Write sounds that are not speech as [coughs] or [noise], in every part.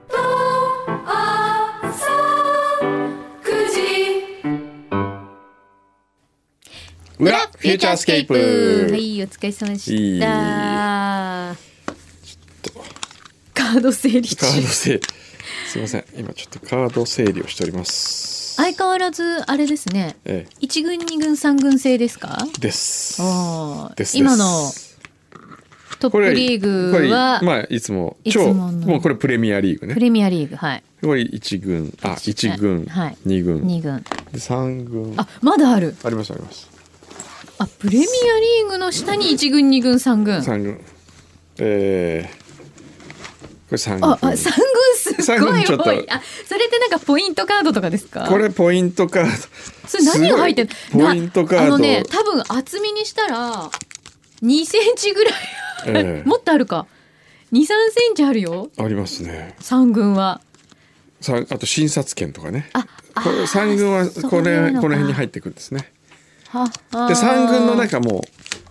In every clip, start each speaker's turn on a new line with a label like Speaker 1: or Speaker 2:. Speaker 1: プ。と、朝九時。
Speaker 2: 裏フューチャースケープ
Speaker 3: はいお疲れ様でしたカード整理中
Speaker 2: カード整理すいません今ちょっとカード整理をしております
Speaker 3: 相変わらずあれですね
Speaker 2: え
Speaker 3: 一軍二軍三軍制ですか
Speaker 2: えです
Speaker 3: おー
Speaker 2: です
Speaker 3: 今の
Speaker 2: です
Speaker 3: トッ
Speaker 2: こ
Speaker 3: プ
Speaker 2: れ
Speaker 3: リーグは
Speaker 2: これまあいつも
Speaker 3: いつも
Speaker 2: 超
Speaker 3: の
Speaker 2: もうこれプレミアリーグ
Speaker 3: プ
Speaker 2: ね
Speaker 3: レミアリーグはい
Speaker 2: これ一軍あ一軍
Speaker 3: はい
Speaker 2: 二軍
Speaker 3: 二軍
Speaker 2: で三軍あ
Speaker 3: あまだある
Speaker 2: りますあります
Speaker 3: あプレミアリーグの下に一軍二軍三軍
Speaker 2: 三軍えー、これ三軍
Speaker 3: ああ三軍すっ
Speaker 2: 三
Speaker 3: ご
Speaker 2: 軍
Speaker 3: い
Speaker 2: ちょっと
Speaker 3: 多いあそれってなんかポイントカードとかですか
Speaker 2: これポイントカード
Speaker 3: それ何が入ってん
Speaker 2: すごいポイントカード
Speaker 3: なあのね多分厚みにしたら2センチぐらい、
Speaker 2: え
Speaker 3: [laughs]
Speaker 2: え
Speaker 3: もっとあるか23センチあるよ
Speaker 2: ありますね
Speaker 3: 三軍は
Speaker 2: さあと診察券とかね
Speaker 3: ああ
Speaker 2: これ三軍は
Speaker 3: そう
Speaker 2: こ
Speaker 3: いう
Speaker 2: れ
Speaker 3: の
Speaker 2: この
Speaker 3: か
Speaker 2: 辺に入ってくるんですね
Speaker 3: はあ
Speaker 2: で
Speaker 3: ー
Speaker 2: 3軍の中もう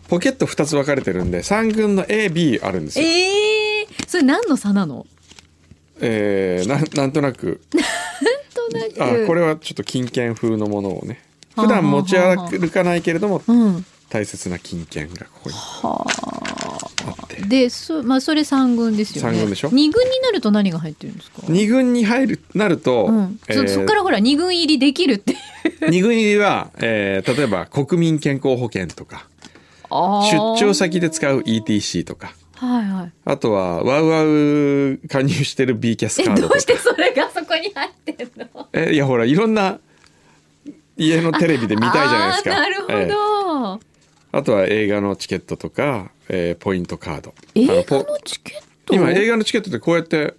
Speaker 2: ポケット2つ分かれてるんで3軍の AB あるんですよ。
Speaker 3: えー、それ何の差なの
Speaker 2: えー、なんなんとなく
Speaker 3: なんとな
Speaker 2: あ
Speaker 3: く
Speaker 2: これはちょっと金券風のものをね
Speaker 3: はあ
Speaker 2: 普段持ち歩かないけれども
Speaker 3: うん
Speaker 2: 大切な金券がここにあって
Speaker 3: でそ,、まあ、それ三軍ですよね
Speaker 2: 三軍でしょ
Speaker 3: 二軍になると何が入ってるんですか
Speaker 2: 2軍に入るなると、
Speaker 3: うん
Speaker 2: え
Speaker 3: そそっからほら二軍入りできる
Speaker 2: [laughs]
Speaker 3: っていう
Speaker 2: 2軍入りは、えー例えば国民健康保険とか
Speaker 3: あ
Speaker 2: 出
Speaker 3: ー
Speaker 2: 張先で使う ETC とか
Speaker 3: はいはい
Speaker 2: あとはワウワウ加入してる B キャス
Speaker 3: え
Speaker 2: カード
Speaker 3: ど
Speaker 2: とか
Speaker 3: うしてそれがそこに入ってんの
Speaker 2: えいやほらいろんな家のテレビで見たいじゃないですか
Speaker 3: あーなる
Speaker 2: ええ
Speaker 3: ほど。
Speaker 2: あとは映画のチケットとか、えーポイントカード
Speaker 3: 映画
Speaker 2: あのポ
Speaker 3: のチケット。
Speaker 2: 今映画のチケットってこうやって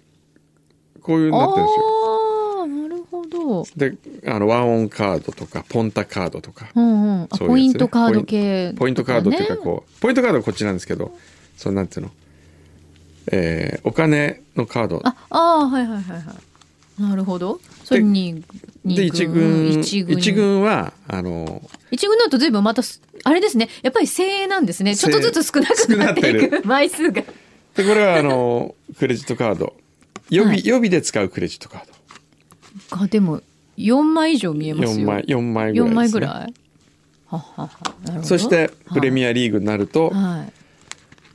Speaker 2: こういうのになってるん
Speaker 3: ああ、なるほど。
Speaker 2: ですよであのワンオンカードとかポンタカードとか
Speaker 3: うんうん。あ
Speaker 2: そういうや
Speaker 3: ポイン
Speaker 2: つね
Speaker 3: トカード系、
Speaker 2: ポイントカードっていうかこうポイントカードはこっちなんですけどそのなんていうの、えーお金のカード
Speaker 3: あ、ああー、はいはいはいはい。なるほど。それ
Speaker 2: で
Speaker 3: に、二
Speaker 2: で一軍
Speaker 3: 一軍。
Speaker 2: 一軍はあの
Speaker 3: 一軍だと随分またす、あれですね。やっぱり精鋭なんですね。ちょっとずつ少なくなって
Speaker 2: 少なっ
Speaker 3: い
Speaker 2: て
Speaker 3: く枚数が。
Speaker 2: でこれは
Speaker 3: [laughs]
Speaker 2: あのクレジットカード予備,、
Speaker 3: はい
Speaker 2: 予備で使うクレジットカード
Speaker 3: あ、でも、四枚以上見えます
Speaker 2: 4
Speaker 3: よ。
Speaker 2: 枚4枚ぐらいです、ね、
Speaker 3: 四枚ぐらいはっはっは。なるほど
Speaker 2: そしてプレミ
Speaker 3: ア。
Speaker 2: アリーグになると
Speaker 3: はい。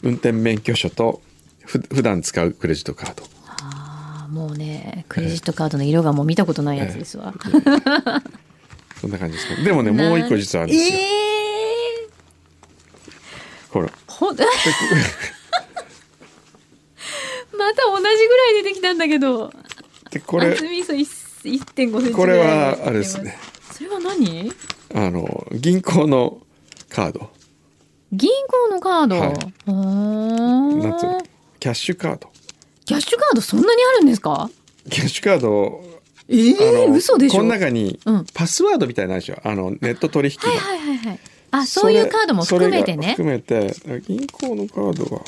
Speaker 2: 運転免許証とふ普段使うクレジットカード
Speaker 3: あもうねクレジットカードの色がもう見たことないやつですわ。
Speaker 2: そんな感じですねでもねもう一個実はあるんですよ、
Speaker 3: ええ
Speaker 2: ほら
Speaker 3: ー、ほん [laughs] また同じぐらい出てきたんだけど
Speaker 2: でこれ
Speaker 3: 厚みそう1.5センチ
Speaker 2: こ
Speaker 3: ぐらい
Speaker 2: れはあれですね
Speaker 3: それは何
Speaker 2: あの銀行のカード
Speaker 3: 銀行のカード、
Speaker 2: はい
Speaker 3: あー
Speaker 2: なんつうのキャッシュカード
Speaker 3: キャッシュカードそんなにあるんですか
Speaker 2: キャッシュカード
Speaker 3: え
Speaker 2: あの、
Speaker 3: えー、嘘でしょ
Speaker 2: この中に
Speaker 3: うん
Speaker 2: パスワードみたいなのあるでしょあのネット取引の、
Speaker 3: はいはいはいはいあそういうカードも含めてね
Speaker 2: それそれが含めて銀行のカードは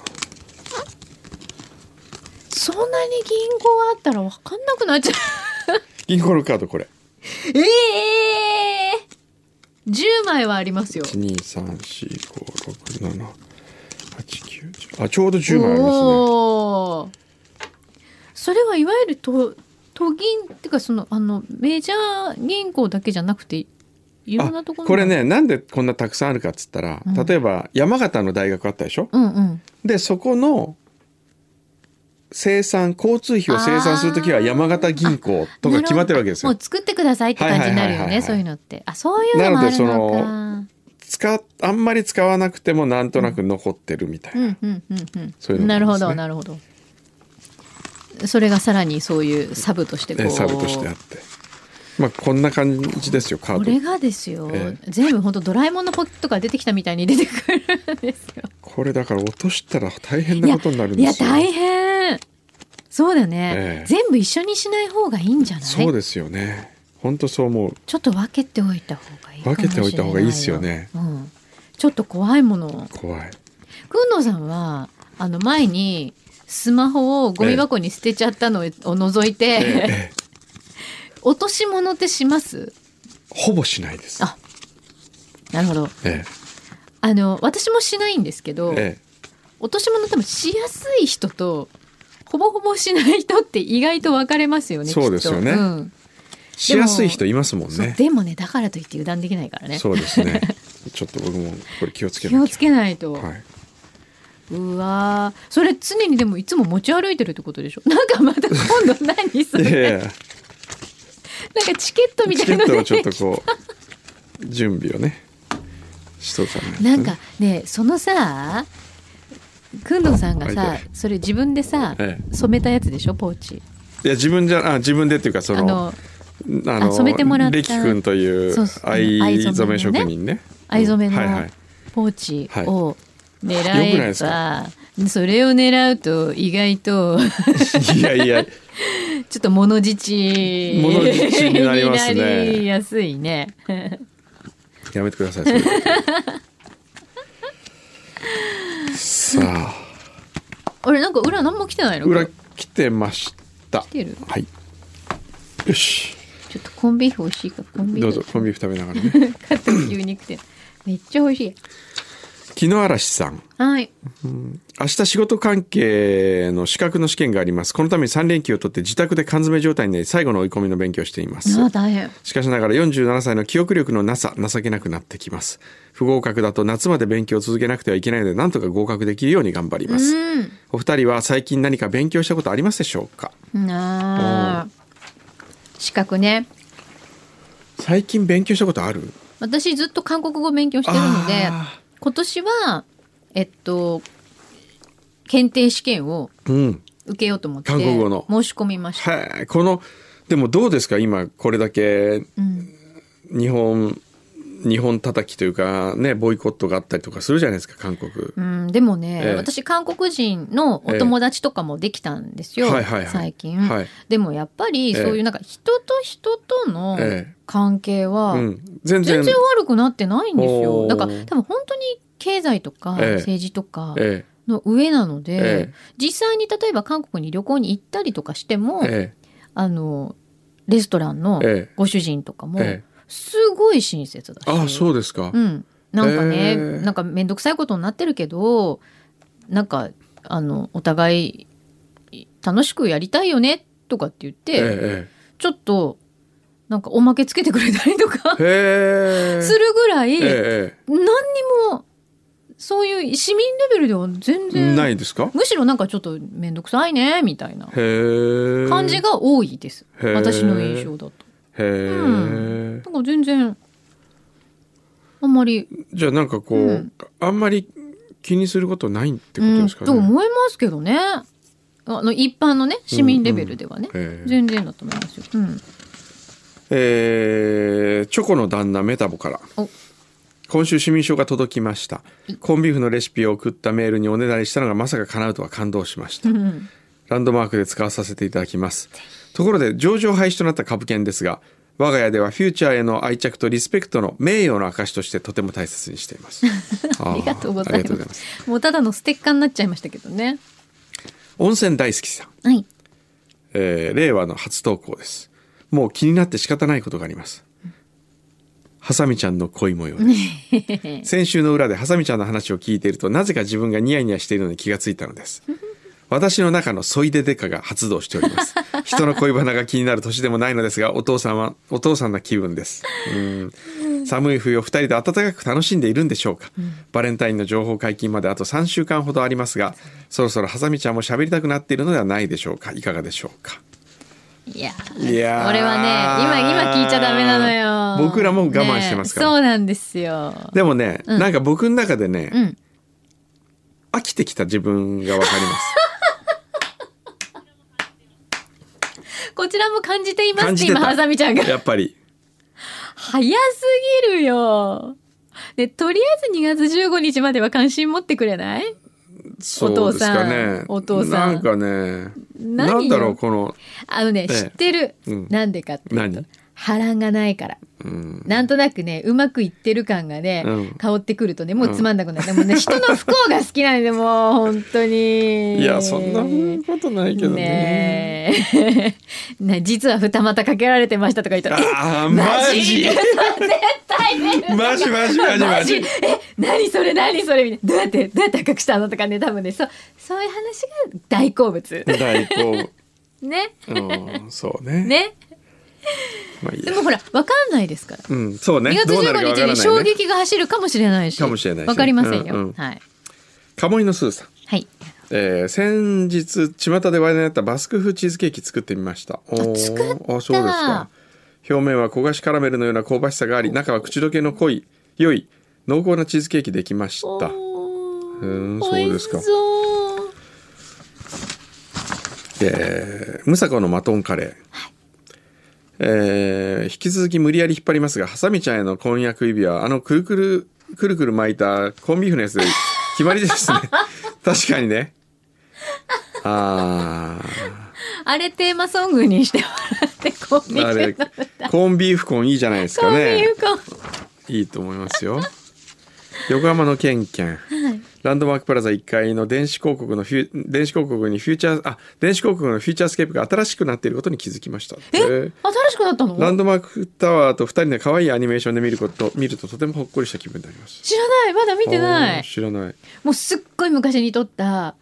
Speaker 3: そんなに銀行あったら分かんなくなっちゃう
Speaker 2: 銀行のカードこれ
Speaker 3: ええー、10枚はありますよ。
Speaker 2: 1 2 3 4 5 6 7 8 9 10あちょうど10枚ありますね
Speaker 3: おーそれはいわゆると都銀ってかそのあのメジャー銀行だけじゃなくていろんなところ
Speaker 2: これ。ねなんでこんなたくさんあるかっつったら、
Speaker 3: うん
Speaker 2: 例えば山形の大学あったでしょ、
Speaker 3: うんうん。
Speaker 2: でそこの生産交通費を生産するときは
Speaker 3: あー
Speaker 2: 山形銀行とか決まってるわけです
Speaker 3: なほども
Speaker 2: よ
Speaker 3: う作ってくださいって感じになるよ
Speaker 2: はいはいはいは
Speaker 3: ね
Speaker 2: い
Speaker 3: そういうのって。あそういうのもある
Speaker 2: な
Speaker 3: の
Speaker 2: のでそ
Speaker 3: か。
Speaker 2: 使っあんまり使わなくてもなんとなく残ってるみたいな、
Speaker 3: うんうんうんうん。
Speaker 2: そういうのも
Speaker 3: な
Speaker 2: あ
Speaker 3: る
Speaker 2: るんで
Speaker 3: ほ
Speaker 2: す
Speaker 3: ど
Speaker 2: ね
Speaker 3: なるほど。それがさらにそういうサブとしてこ
Speaker 2: ね
Speaker 3: う。
Speaker 2: サブとしてあってまあこんな感じですよカ
Speaker 3: こ
Speaker 2: ード
Speaker 3: れがですよ、
Speaker 2: え
Speaker 3: 全部本当ドラえもんのポケットが出てきたみたいに出てくるんですよ。
Speaker 2: これだから落としたら大変なことになるん
Speaker 3: いや
Speaker 2: ですよ
Speaker 3: 大変そうだね、
Speaker 2: ええ
Speaker 3: 全部一緒にしない方がいいんじゃない
Speaker 2: そうですよね本当そう思う
Speaker 3: ちょっと分けておいた方がいいかもしれない
Speaker 2: 分けておいた方がいいっすよね
Speaker 3: うん、ちょっと怖いものを
Speaker 2: 怖い
Speaker 3: くんのさんはあの前にスマホをゴミ箱に捨てちゃったのを除いて、
Speaker 2: え
Speaker 3: [laughs] 落とし物ってします
Speaker 2: ほぼしないです
Speaker 3: あなるほど
Speaker 2: え
Speaker 3: あの私もしないんですけど、
Speaker 2: ええ
Speaker 3: 落とし物多分しやすい人とほぼほぼしない人って意外と分かれますよね
Speaker 2: そうですよね
Speaker 3: きっとうん
Speaker 2: えしやすい人いますもん
Speaker 3: そう
Speaker 2: ね
Speaker 3: でもねだからといって油断できないからね
Speaker 2: そうです
Speaker 3: [laughs]
Speaker 2: ねちょっと僕もこれ気をつけ
Speaker 3: 気
Speaker 2: な
Speaker 3: を
Speaker 2: き
Speaker 3: つけないと、
Speaker 2: ゃはいう
Speaker 3: わーそれ常にでもいつも持ち歩いてるってことでしょ [laughs] なんかまた今度何そ
Speaker 2: い
Speaker 3: れ
Speaker 2: や
Speaker 3: [laughs]
Speaker 2: いやいや
Speaker 3: なんかチケットみ
Speaker 2: チ
Speaker 3: た
Speaker 2: ケ
Speaker 3: いな
Speaker 2: ッ
Speaker 3: の
Speaker 2: ト
Speaker 3: で
Speaker 2: をちょっとこう準備をねしとかないとね
Speaker 3: なんかねそのさくんどうさんが
Speaker 2: は
Speaker 3: さ
Speaker 2: い
Speaker 3: それ自分でさ、
Speaker 2: え
Speaker 3: 染めたやつでしょポーチ
Speaker 2: いや自分じゃあ自分でっていうかそ
Speaker 3: あ
Speaker 2: の
Speaker 3: の
Speaker 2: あ
Speaker 3: あ染めてもらった
Speaker 2: レキ君という
Speaker 3: そうそう
Speaker 2: 藍染め職人ね
Speaker 3: 藍染め
Speaker 2: はいは
Speaker 3: の
Speaker 2: い
Speaker 3: ポーチ
Speaker 2: はい
Speaker 3: を狙
Speaker 2: よくない
Speaker 3: え
Speaker 2: です
Speaker 3: ば、それを狙うと意外と [laughs]
Speaker 2: いやいや
Speaker 3: ちょっと物質
Speaker 2: 物質になりますね
Speaker 3: になりやすいね。
Speaker 2: やめてくださ
Speaker 3: [laughs]
Speaker 2: いそれさあ
Speaker 3: あれなんか裏何も来てないの
Speaker 2: 裏
Speaker 3: 来
Speaker 2: 来てました
Speaker 3: てる
Speaker 2: はいよし
Speaker 3: ちょっとコンビーフ美味しいからコンビー
Speaker 2: どう
Speaker 3: フ
Speaker 2: ぞコンビーフ食べながらね [laughs]
Speaker 3: [laughs] 買って牛肉店めっちゃ美味しい
Speaker 2: 木の嵐さん
Speaker 3: はい
Speaker 2: 明日仕事関係の資格の試験がありますこのために3連休を取って自宅で缶詰状態になり最後の追い込みの勉強をしています
Speaker 3: ああ大変
Speaker 2: しかしながら47歳の記憶力のなさ情けなくなってきます不合格だと夏まで勉強を続けなくてはいけないのでなんとか合格できるように頑張ります、お二人は最近何か勉強したことありますでしょうか
Speaker 3: なあ資格ね
Speaker 2: 最近勉強したことある
Speaker 3: 私ずっと韓国語勉強してるので
Speaker 2: あ
Speaker 3: 今年はえっと検定試験を
Speaker 2: ーうん
Speaker 3: 受けようと思って
Speaker 2: 韓国語の
Speaker 3: 申し込みました、
Speaker 2: はいこのでもどうですか今これだけ
Speaker 3: うん、
Speaker 2: 日本日本叩きというかねボイコットがあったりとかするじゃないですか韓国、
Speaker 3: うん、でもね、
Speaker 2: ええ
Speaker 3: 私韓国人のお友達とかもできたんですよ、
Speaker 2: ええはいはいはい
Speaker 3: 最近、
Speaker 2: はい、
Speaker 3: でもやっぱり
Speaker 2: ええ
Speaker 3: そういうなんか人と人との
Speaker 2: え
Speaker 3: 関係は
Speaker 2: えうん、全然
Speaker 3: 全然悪くなってないんですよ。
Speaker 2: おー
Speaker 3: だから多分本当に経済とか
Speaker 2: ええ
Speaker 3: 政治とか
Speaker 2: え
Speaker 3: の上なので、
Speaker 2: ええ
Speaker 3: 実際に例えば韓国に旅行に行ったりとかしても、
Speaker 2: ええ
Speaker 3: あのレストランの
Speaker 2: ええ
Speaker 3: ご主人とかも
Speaker 2: ええ
Speaker 3: すごい親切だし、
Speaker 2: ああそうですか、
Speaker 3: うん、なんかね、
Speaker 2: ええ
Speaker 3: なんか面倒くさいことになってるけどなんかあのお互い楽しくやりたいよねとかって言って、
Speaker 2: ええ
Speaker 3: ちょっとなんかおまけつけてくれたりとか
Speaker 2: ええへえ
Speaker 3: するぐらい、
Speaker 2: ええ
Speaker 3: 何にもそういう市民レベルでは全
Speaker 2: ええ
Speaker 3: 然
Speaker 2: ないですか
Speaker 3: むしろなんかちょっと面倒くさいねみたいな
Speaker 2: へえ
Speaker 3: 感じが多いです
Speaker 2: へー
Speaker 3: 私の印象だと。
Speaker 2: へえ、
Speaker 3: うんなんか全然あんまり
Speaker 2: じゃあなんかこう、
Speaker 3: うん
Speaker 2: あんまり気にすることないってこ
Speaker 3: う
Speaker 2: と
Speaker 3: ん
Speaker 2: ですかね、
Speaker 3: と思いますけどねあの一般のね市民レベルではね、
Speaker 2: ええ
Speaker 3: 全然だと思いますよ。うん、
Speaker 2: えーチョコの旦那メタボから
Speaker 3: お
Speaker 2: 今週市民賞が届きましたコンビーフのレシピを送ったメールにおねだりしたのがまさか叶うとは感動しました
Speaker 3: うん
Speaker 2: ランドマークで使わさせていただきます。ところで、上場廃止となった株券ですが、我が家ではフューチャーへの愛着とリスペクトの名誉の証としてとても大切にしています。
Speaker 3: [laughs]
Speaker 2: あ
Speaker 3: あ
Speaker 2: ー
Speaker 3: りがとうござ
Speaker 2: あ
Speaker 3: い
Speaker 2: りがとう
Speaker 3: ま
Speaker 2: ござい
Speaker 3: す
Speaker 2: ます。
Speaker 3: もうただのステッカーになっちゃいましたけどね。
Speaker 2: 温泉大好きさん、
Speaker 3: はい。
Speaker 2: えー令和の初投稿です。もう気になって仕方ないことがあります。ハサミちゃんの恋模様です。先週の裏でハサミちゃんの話を聞いていると、なぜか自分がニヤニヤしているのに気がついたのです。私の中のソイデデカが発動しております。人の恋バナが気になる年でもないのですが、お父さんはお父さんな気分です。うん寒い冬を二人で暖かく楽しんでいるんでしょうか。バレンタインの情報解禁まであと3週間ほどありますが、そろそろハサミちゃんも喋りたくなっているのではないでしょうか。いかがでしょうか。
Speaker 3: いやー
Speaker 2: いやー
Speaker 3: 俺はね今今聞いちゃダメなのよ。
Speaker 2: 僕らも我慢してますから
Speaker 3: ねそうなんですよ。
Speaker 2: でもね、なんか僕の中でね、
Speaker 3: うん
Speaker 2: 飽きてきた自分がわかり
Speaker 3: [laughs]
Speaker 2: ます。
Speaker 3: こちらも感じています
Speaker 2: 感
Speaker 3: って
Speaker 2: じて
Speaker 3: 今
Speaker 2: た
Speaker 3: ハサミちゃんが
Speaker 2: やっぱり。
Speaker 3: 早すぎるよ。で、とりあえず2月15日までは関心持ってくれない
Speaker 2: そうですかね。
Speaker 3: お父さん
Speaker 2: なんかね、
Speaker 3: 何よ
Speaker 2: なんだろう、この、
Speaker 3: あのね、
Speaker 2: ええ
Speaker 3: 知ってる
Speaker 2: うん。
Speaker 3: なんでかっていうと
Speaker 2: 何
Speaker 3: 波乱がないから。
Speaker 2: うん
Speaker 3: なんとなくねうまくいってる感がね、
Speaker 2: うん
Speaker 3: 香ってくるとねもうつまんなくなる、もうね人の不幸が好き
Speaker 2: [laughs]
Speaker 3: なんでもう本当に
Speaker 2: いやそんなことないけどね
Speaker 3: ねえ [laughs] ね実は二股かけられてましたとか言ったら「え
Speaker 2: ああマジ
Speaker 3: マ
Speaker 2: マジマジマジマジ
Speaker 3: え何それ何それ」みたいな「どうやってどうやって赤くしたの?」とかね多分ねそうそういう話が大好物
Speaker 2: 大好
Speaker 3: ね
Speaker 2: 物うんそうね
Speaker 3: ね
Speaker 2: まあいい
Speaker 3: で
Speaker 2: や
Speaker 3: もほらわかんないですから
Speaker 2: うんそうね
Speaker 3: 2月
Speaker 2: どうなるか
Speaker 3: 15
Speaker 2: わか
Speaker 3: 日
Speaker 2: らな
Speaker 3: に
Speaker 2: い
Speaker 3: 衝
Speaker 2: ね
Speaker 3: 撃が走るかもしれないし
Speaker 2: かもしれないしね
Speaker 3: わかりませんよ、
Speaker 2: うんうん
Speaker 3: はい
Speaker 2: 鴨居のスーさん
Speaker 3: はい
Speaker 2: えー先日巷で話題になったバスク風チーズケーキ作ってみましたおー
Speaker 3: 作った
Speaker 2: あそうですか表面は焦がしカラメルのような香ばしさがあり中は口どけの濃い良い濃厚なチーズケーキできました
Speaker 3: おー
Speaker 2: うんそうですか
Speaker 3: 美味しそう
Speaker 2: えームサコのマトンカレー、えー引き続き無理やり引っ張りますがハサミちゃんへの婚約指輪あのくるくるくるくる巻いたコンビーフのやつで決まりです
Speaker 3: [laughs]
Speaker 2: ね確かにねああ
Speaker 3: あれテーマソングにしてもらってコンビニ
Speaker 2: あ
Speaker 3: の
Speaker 2: れコンビーフコンいいじゃないです
Speaker 3: コ
Speaker 2: か
Speaker 3: ンビニ
Speaker 2: ね
Speaker 3: コン
Speaker 2: いいと思いますよ横浜のケンケン、ランドマークプラザ1階の電子広告のフュ電子広告にフューチャーあ電子広告のフューチャースケープが新しくなっていることに気づきました
Speaker 3: え
Speaker 2: へー
Speaker 3: 新しくなった
Speaker 2: ラ
Speaker 3: の
Speaker 2: ンドマークタワーと2人の可愛いアニメーションで見ること見るととてもほっこりした気分になります
Speaker 3: 知らないまだ見てな
Speaker 2: あー
Speaker 3: い
Speaker 2: 知らない
Speaker 3: もうすっごい昔に撮った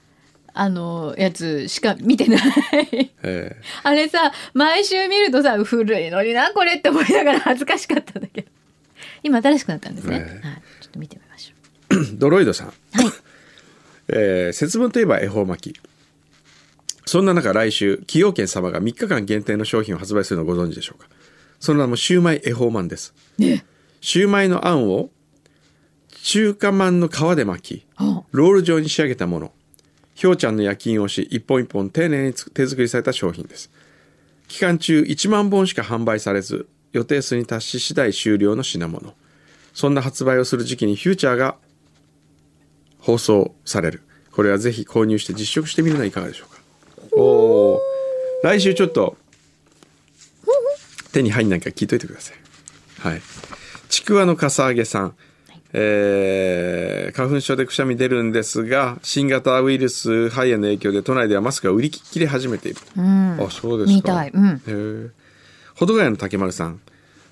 Speaker 3: あのやつしか見てない
Speaker 2: [laughs] え
Speaker 3: あれさ毎週見るとさ古いのになこれって思いながら [laughs] 恥ずかしかったんだけど今新しくなったんですね、
Speaker 2: ね
Speaker 3: はい、ちょっと見てみましょう
Speaker 2: ードロイドさん、
Speaker 3: はい
Speaker 2: [coughs] えー節分といえば恵方巻きそんな中来週崎陽軒様が3日間限定の商品を発売するのをご存知でしょうかその名もシューマイ恵方まんですシューマイのあんを中華まんの皮で巻き
Speaker 3: あ
Speaker 2: ロール状に仕上げたものひょうちゃんの焼き印をし一本一本丁寧につ手作りされた商品です期間中1万本しか販売されず予定数に達し次第終了の品物そんな発売をする時期にフューチャーが放送されるこれはぜひ購入して実食してみるのはいかがでしょうかおおー来週ちょっと手に入んないから聞いといてくださいはいちくわのかさあげさん、えー花粉症でくしゃみ出るんですが新型ウイルス肺炎の影響で都内ではマスクが売り切れ始めている、あそうですか
Speaker 3: 見たいうん
Speaker 2: へえ保土ヶ谷の竹丸さん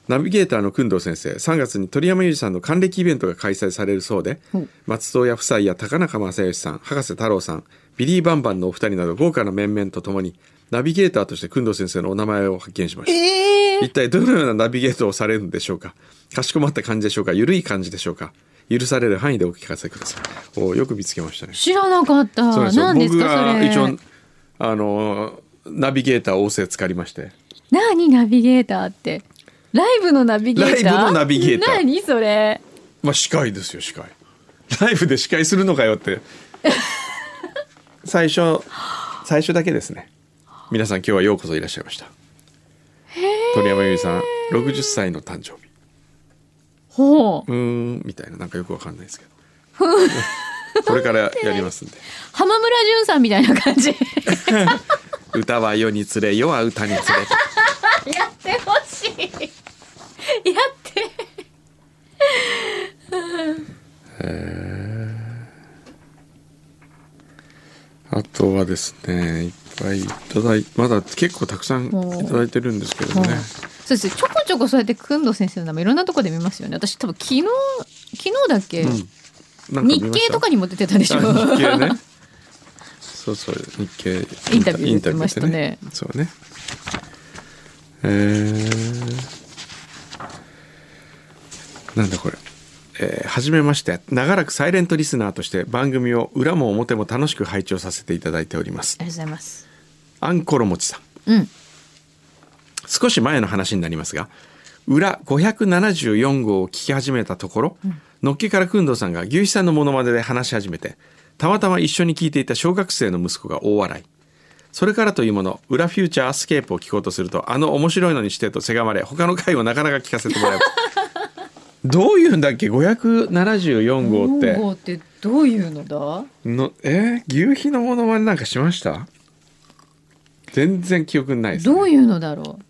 Speaker 2: ナビゲーターの工藤先生3月に鳥山裕二さんの還暦イベントが開催されるそうで、松任谷夫妻や高中正義さん博士太郎さんビリー・バンバンのお二人など豪華な面々とともにナビゲーターとして工藤先生のお名前を発見しました、一体どのようなナビゲートをされるんでしょうかかしこまった感じでしょうかゆるい感じでしょうか許される範囲でお聞かせくださいおーよく見つけましたね
Speaker 3: 知らなかった
Speaker 2: そうなんですよ
Speaker 3: 何です
Speaker 2: 僕
Speaker 3: かそ
Speaker 2: が
Speaker 3: れ
Speaker 2: 一応あのナビゲーターを仰せつかりまして
Speaker 3: 何ナビゲーターってライブのナビゲーター
Speaker 2: ライブのナビゲーター
Speaker 3: 何それ
Speaker 2: まあ司会ですよ司会ライブで司会するのかよって
Speaker 3: [laughs]
Speaker 2: 最初最初だけですね皆さん今日はようこそいらっしゃいました鳥山由依さん60歳の誕生日
Speaker 3: ほう
Speaker 2: うーんみたいななんかよくわかんないですけどこれからやりますんで
Speaker 3: 浜村淳さんみたいな
Speaker 2: [laughs]
Speaker 3: 感じや
Speaker 2: 歌は世につれ世は歌につれ
Speaker 3: ってほしいやって
Speaker 2: あとはですねいっぱいいただいまだ結構たくさんいただいてるんですけど
Speaker 3: もう
Speaker 2: ね
Speaker 3: そうですちょこちょこそうやってくんど先生の名前いろんなとこで見ますよね私多分昨日昨日だっけ、
Speaker 2: なんか見
Speaker 3: 日
Speaker 2: ました
Speaker 3: 経とかにも出てたでしょ [laughs]
Speaker 2: あ日経ね [laughs] そうそう日経
Speaker 3: インタビュー出てましたね
Speaker 2: インタビューでそうねえー、なんだこれえー、はじめまして長らくサイレントリスナーとして番組を裏も表も楽しく拝聴させていただいております
Speaker 3: ありがとうございます
Speaker 2: あんころもちさん
Speaker 3: うん
Speaker 2: 少し前の話になりますが裏574号を聞き始めたところ、のっけから工藤さんが牛肥さんのモノマネで話し始めてたまたま一緒に聞いていた小学生の息子が大笑いそれからというもの裏フューチャーアスケープを聞こうとするとあの面白いのにしてとせがまれ他の回をなかなか聞かせてもらえますどういうんだっけ574号っ
Speaker 3: 本郷
Speaker 2: て
Speaker 3: ってどういうのだ
Speaker 2: のえー牛肥のモノマネなんかしました全然記憶にないです、ね、
Speaker 3: どういうのだろう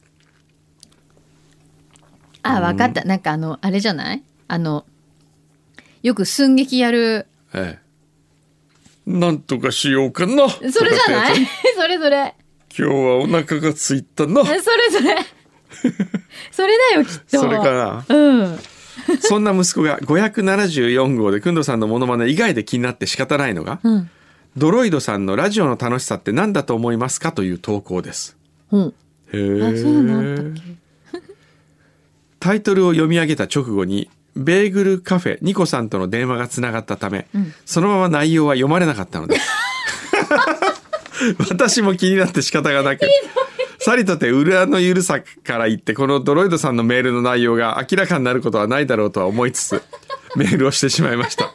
Speaker 3: あわかったなんかあのあれじゃないあのよく寸劇やる
Speaker 2: ええ。なんとかしようかな。そ
Speaker 3: それじゃない [laughs] それそれ
Speaker 2: 今日はお腹がついたな
Speaker 3: そ。れそれ
Speaker 2: [laughs]
Speaker 3: それだよきっと
Speaker 2: そ
Speaker 3: [laughs]
Speaker 2: れか
Speaker 3: うん
Speaker 2: な。そんな息子が574号で、くんどさんのモノマネ以外で気になって仕方ないのが、
Speaker 3: うん
Speaker 2: ドロイドさんのラジオの楽しさって何だと思いますかという投稿です。
Speaker 3: うんあ
Speaker 2: へ
Speaker 3: そうなのあったっ
Speaker 2: え。
Speaker 3: け
Speaker 2: タイトルを読み上げた直後に、ベーグルカフェニコさんとの電話がつながったため、
Speaker 3: ん
Speaker 2: そのまま内容は読まれなかった
Speaker 3: [laughs]
Speaker 2: のです。私も気になって仕方がなく、さりとて裏のゆるさから言って、このドロイドさんのメールの内容が明らかになることはないだろうとは思いつ
Speaker 3: [laughs]
Speaker 2: つ、メールをしてしまいました。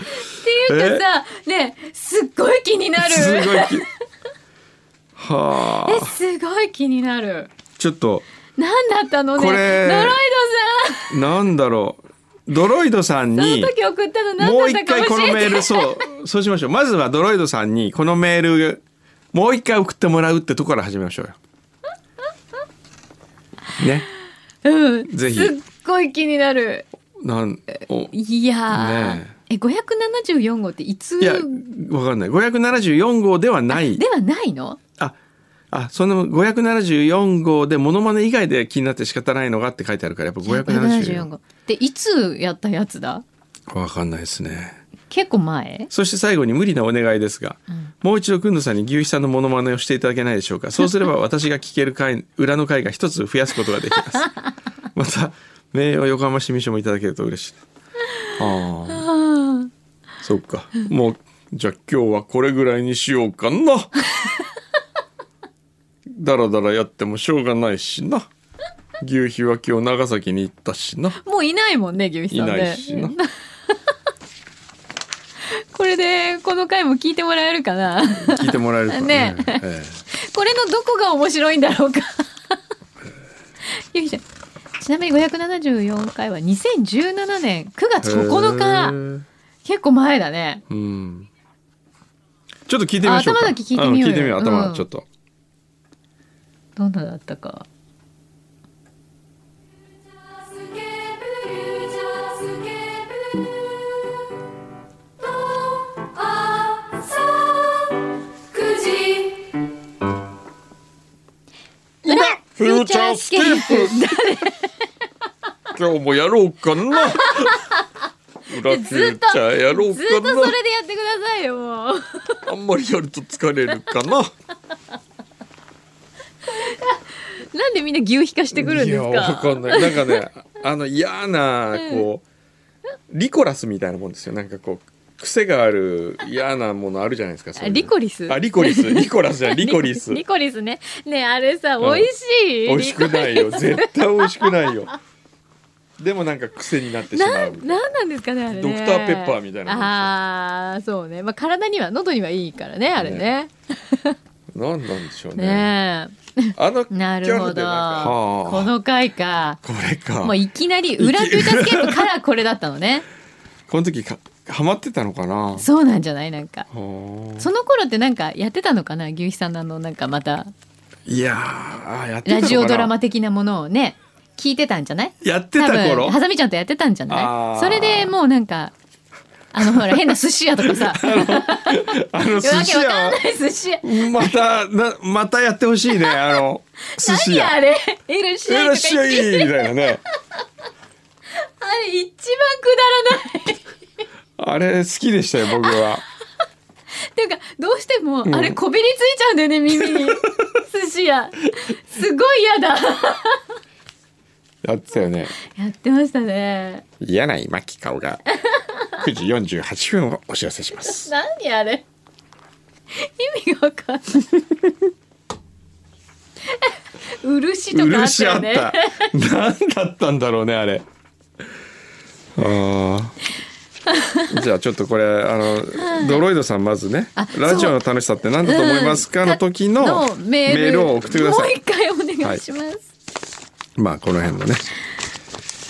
Speaker 3: っていうかさねえすっごい気になる
Speaker 2: すごいき。はあ。
Speaker 3: えすごい気になる
Speaker 2: ちょっと、
Speaker 3: 何だったのね
Speaker 2: これ
Speaker 3: ドロイ
Speaker 2: なんだろう。ドロイドさん
Speaker 3: ドさん
Speaker 2: に
Speaker 3: その。時送ったの何
Speaker 2: もう
Speaker 3: だ
Speaker 2: 一
Speaker 3: った
Speaker 2: 回
Speaker 3: か
Speaker 2: こ
Speaker 3: 教
Speaker 2: のメ
Speaker 3: え
Speaker 2: ー
Speaker 3: て [laughs]
Speaker 2: ル、そう、そうしましょう。まずはドロイドさんにこのメール、もう一回送ってもらうってとこから始めましょうよ。ね。
Speaker 3: うん
Speaker 2: ぜひ
Speaker 3: すっごい気になる
Speaker 2: なん、お、い
Speaker 3: いやー、
Speaker 2: ね
Speaker 3: え574号っていつ
Speaker 2: や、わかんない。574号ではない。
Speaker 3: ではないの
Speaker 2: あ、あ、その574号でモノマネ以外で気になって仕方ないのがって書いてあるから、やっぱ
Speaker 3: 574
Speaker 2: 574
Speaker 3: 号でいつやったやつだ
Speaker 2: 号。わかんないですね。
Speaker 3: 結構前
Speaker 2: そして最後に無理なお願いですが、もう一度くんどさんに牛肥さんのモノマネをしていただけないでしょうか。そうすれば私が聞ける回、裏の回が一つ増やすことができます。また、名誉横浜市民賞もいただけると嬉しい。ああ。そっか。もう、じゃあ今日はこれぐらいにしようかな。だらだらやってもしょうがないしな。牛肥は今日長崎に行ったしな。
Speaker 3: もういないもんね牛肥
Speaker 2: い
Speaker 3: さんね
Speaker 2: ないしな。
Speaker 3: これでこの回も聞いてもらえるかな
Speaker 2: 聞いてもらえるか
Speaker 3: ねえ
Speaker 2: ええ
Speaker 3: これのどこが面白いんだろうか [laughs] 牛肥さんちなみに574回は2017年9月9日結構前だね
Speaker 2: うん。ちょっと聞いてみましょうか。
Speaker 3: あ頭だけ聞いてみようよ
Speaker 2: ん聞いてみよう。頭
Speaker 3: うん
Speaker 2: ちょっと。
Speaker 3: どんなだったか
Speaker 1: スケープフューチャースケープと朝9時
Speaker 3: フューチャースケープ
Speaker 2: 今日もやろ
Speaker 3: [laughs]
Speaker 2: うかな。裏フューチャーやろう
Speaker 3: ずっと
Speaker 2: か
Speaker 3: そ
Speaker 2: な。
Speaker 3: れでやってくださいよもう [laughs]
Speaker 2: あんまりやると疲れるかな。
Speaker 3: なんでみんな牛皮化してくるん
Speaker 2: い
Speaker 3: ですか
Speaker 2: や、わかんない。なん
Speaker 3: [laughs]
Speaker 2: かね、あの嫌な、こう、リコラスみたいなもんですよ。なんかこう、癖がある嫌なものあるじゃないですか。そういうの
Speaker 3: リコリス
Speaker 2: あ、リコリス。リコラスじゃないリコリス。
Speaker 3: [laughs] リコリスねねえあれさ
Speaker 2: ん
Speaker 3: 美味しい
Speaker 2: 美味しく
Speaker 3: リコ
Speaker 2: ないよ。絶対美味しくないよ。でもなんか癖になってしま
Speaker 3: な
Speaker 2: うみたいな。
Speaker 3: なんなんですかねあれね
Speaker 2: ドクターペッパーみたいなもんですよ
Speaker 3: ああそうねまあ体には喉にはいいからねあれね
Speaker 2: なんなんでしょうね。
Speaker 3: ね
Speaker 2: あのキ
Speaker 3: えな
Speaker 2: ャ
Speaker 3: る
Speaker 2: ラ
Speaker 3: ほ
Speaker 2: で
Speaker 3: ど
Speaker 2: なんか
Speaker 3: こ
Speaker 2: はあ
Speaker 3: の回か
Speaker 2: これか。
Speaker 3: もういきなり裏フューチャースケープからこれだったの
Speaker 2: [laughs]
Speaker 3: ね
Speaker 2: この時かハマってたのかな。
Speaker 3: そうなんじゃないなんか
Speaker 2: はあ
Speaker 3: その頃ってなんかやってたのかな牛肥さんのあのなんかまた
Speaker 2: いやーあやってたのかな
Speaker 3: ラジオドラマ的なものをね聞いてたんじゃない
Speaker 2: やってた
Speaker 3: 多
Speaker 2: 頃
Speaker 3: 分ハサミちゃんとやってたんじゃ
Speaker 2: あ
Speaker 3: な
Speaker 2: ー
Speaker 3: いそれでもうなんかあのほ
Speaker 2: [laughs]
Speaker 3: ら変な寿司屋とかさ
Speaker 2: あの寿
Speaker 3: わけ
Speaker 2: 司
Speaker 3: わ
Speaker 2: 屋
Speaker 3: かん
Speaker 2: は
Speaker 3: ない寿司屋
Speaker 2: またなまたやってほし [laughs] いねあの寿司
Speaker 3: 何
Speaker 2: 屋。
Speaker 3: あれいらっしゃ
Speaker 2: い
Speaker 3: い
Speaker 2: ら
Speaker 3: と
Speaker 2: っ
Speaker 3: か
Speaker 2: し
Speaker 3: 言
Speaker 2: ゃ
Speaker 3: っ
Speaker 2: い
Speaker 3: て
Speaker 2: みたいなね。
Speaker 3: あれ一番くだらない
Speaker 2: あれ好きでしたよ僕は。
Speaker 3: っていうかどうしてもあれこびりついちゃうんだよね耳
Speaker 2: [laughs]
Speaker 3: に寿司屋すごい嫌だ
Speaker 2: やってたよね。
Speaker 3: やってましたね
Speaker 2: 嫌ない巻き顔が9時48分をお知らせします。
Speaker 3: [laughs] 何あれ意味がわかん
Speaker 2: [laughs]
Speaker 3: ない漆とかあったよね
Speaker 2: 漆あった。何だったんだろうね、あれ。ああ。じゃあちょっとこれ、あの、ドロイドさんまずね
Speaker 3: あ、
Speaker 2: ラジオの楽しさって何だと思いますかの時のメールを送ってくださ
Speaker 3: もう一
Speaker 2: い。
Speaker 3: 回お願いします、
Speaker 2: まあ、この辺のね。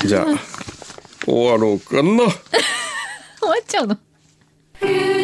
Speaker 2: じゃあ、終わろうかな。
Speaker 3: 終わっちゃうの
Speaker 1: フューチャースケープフューチャースケープ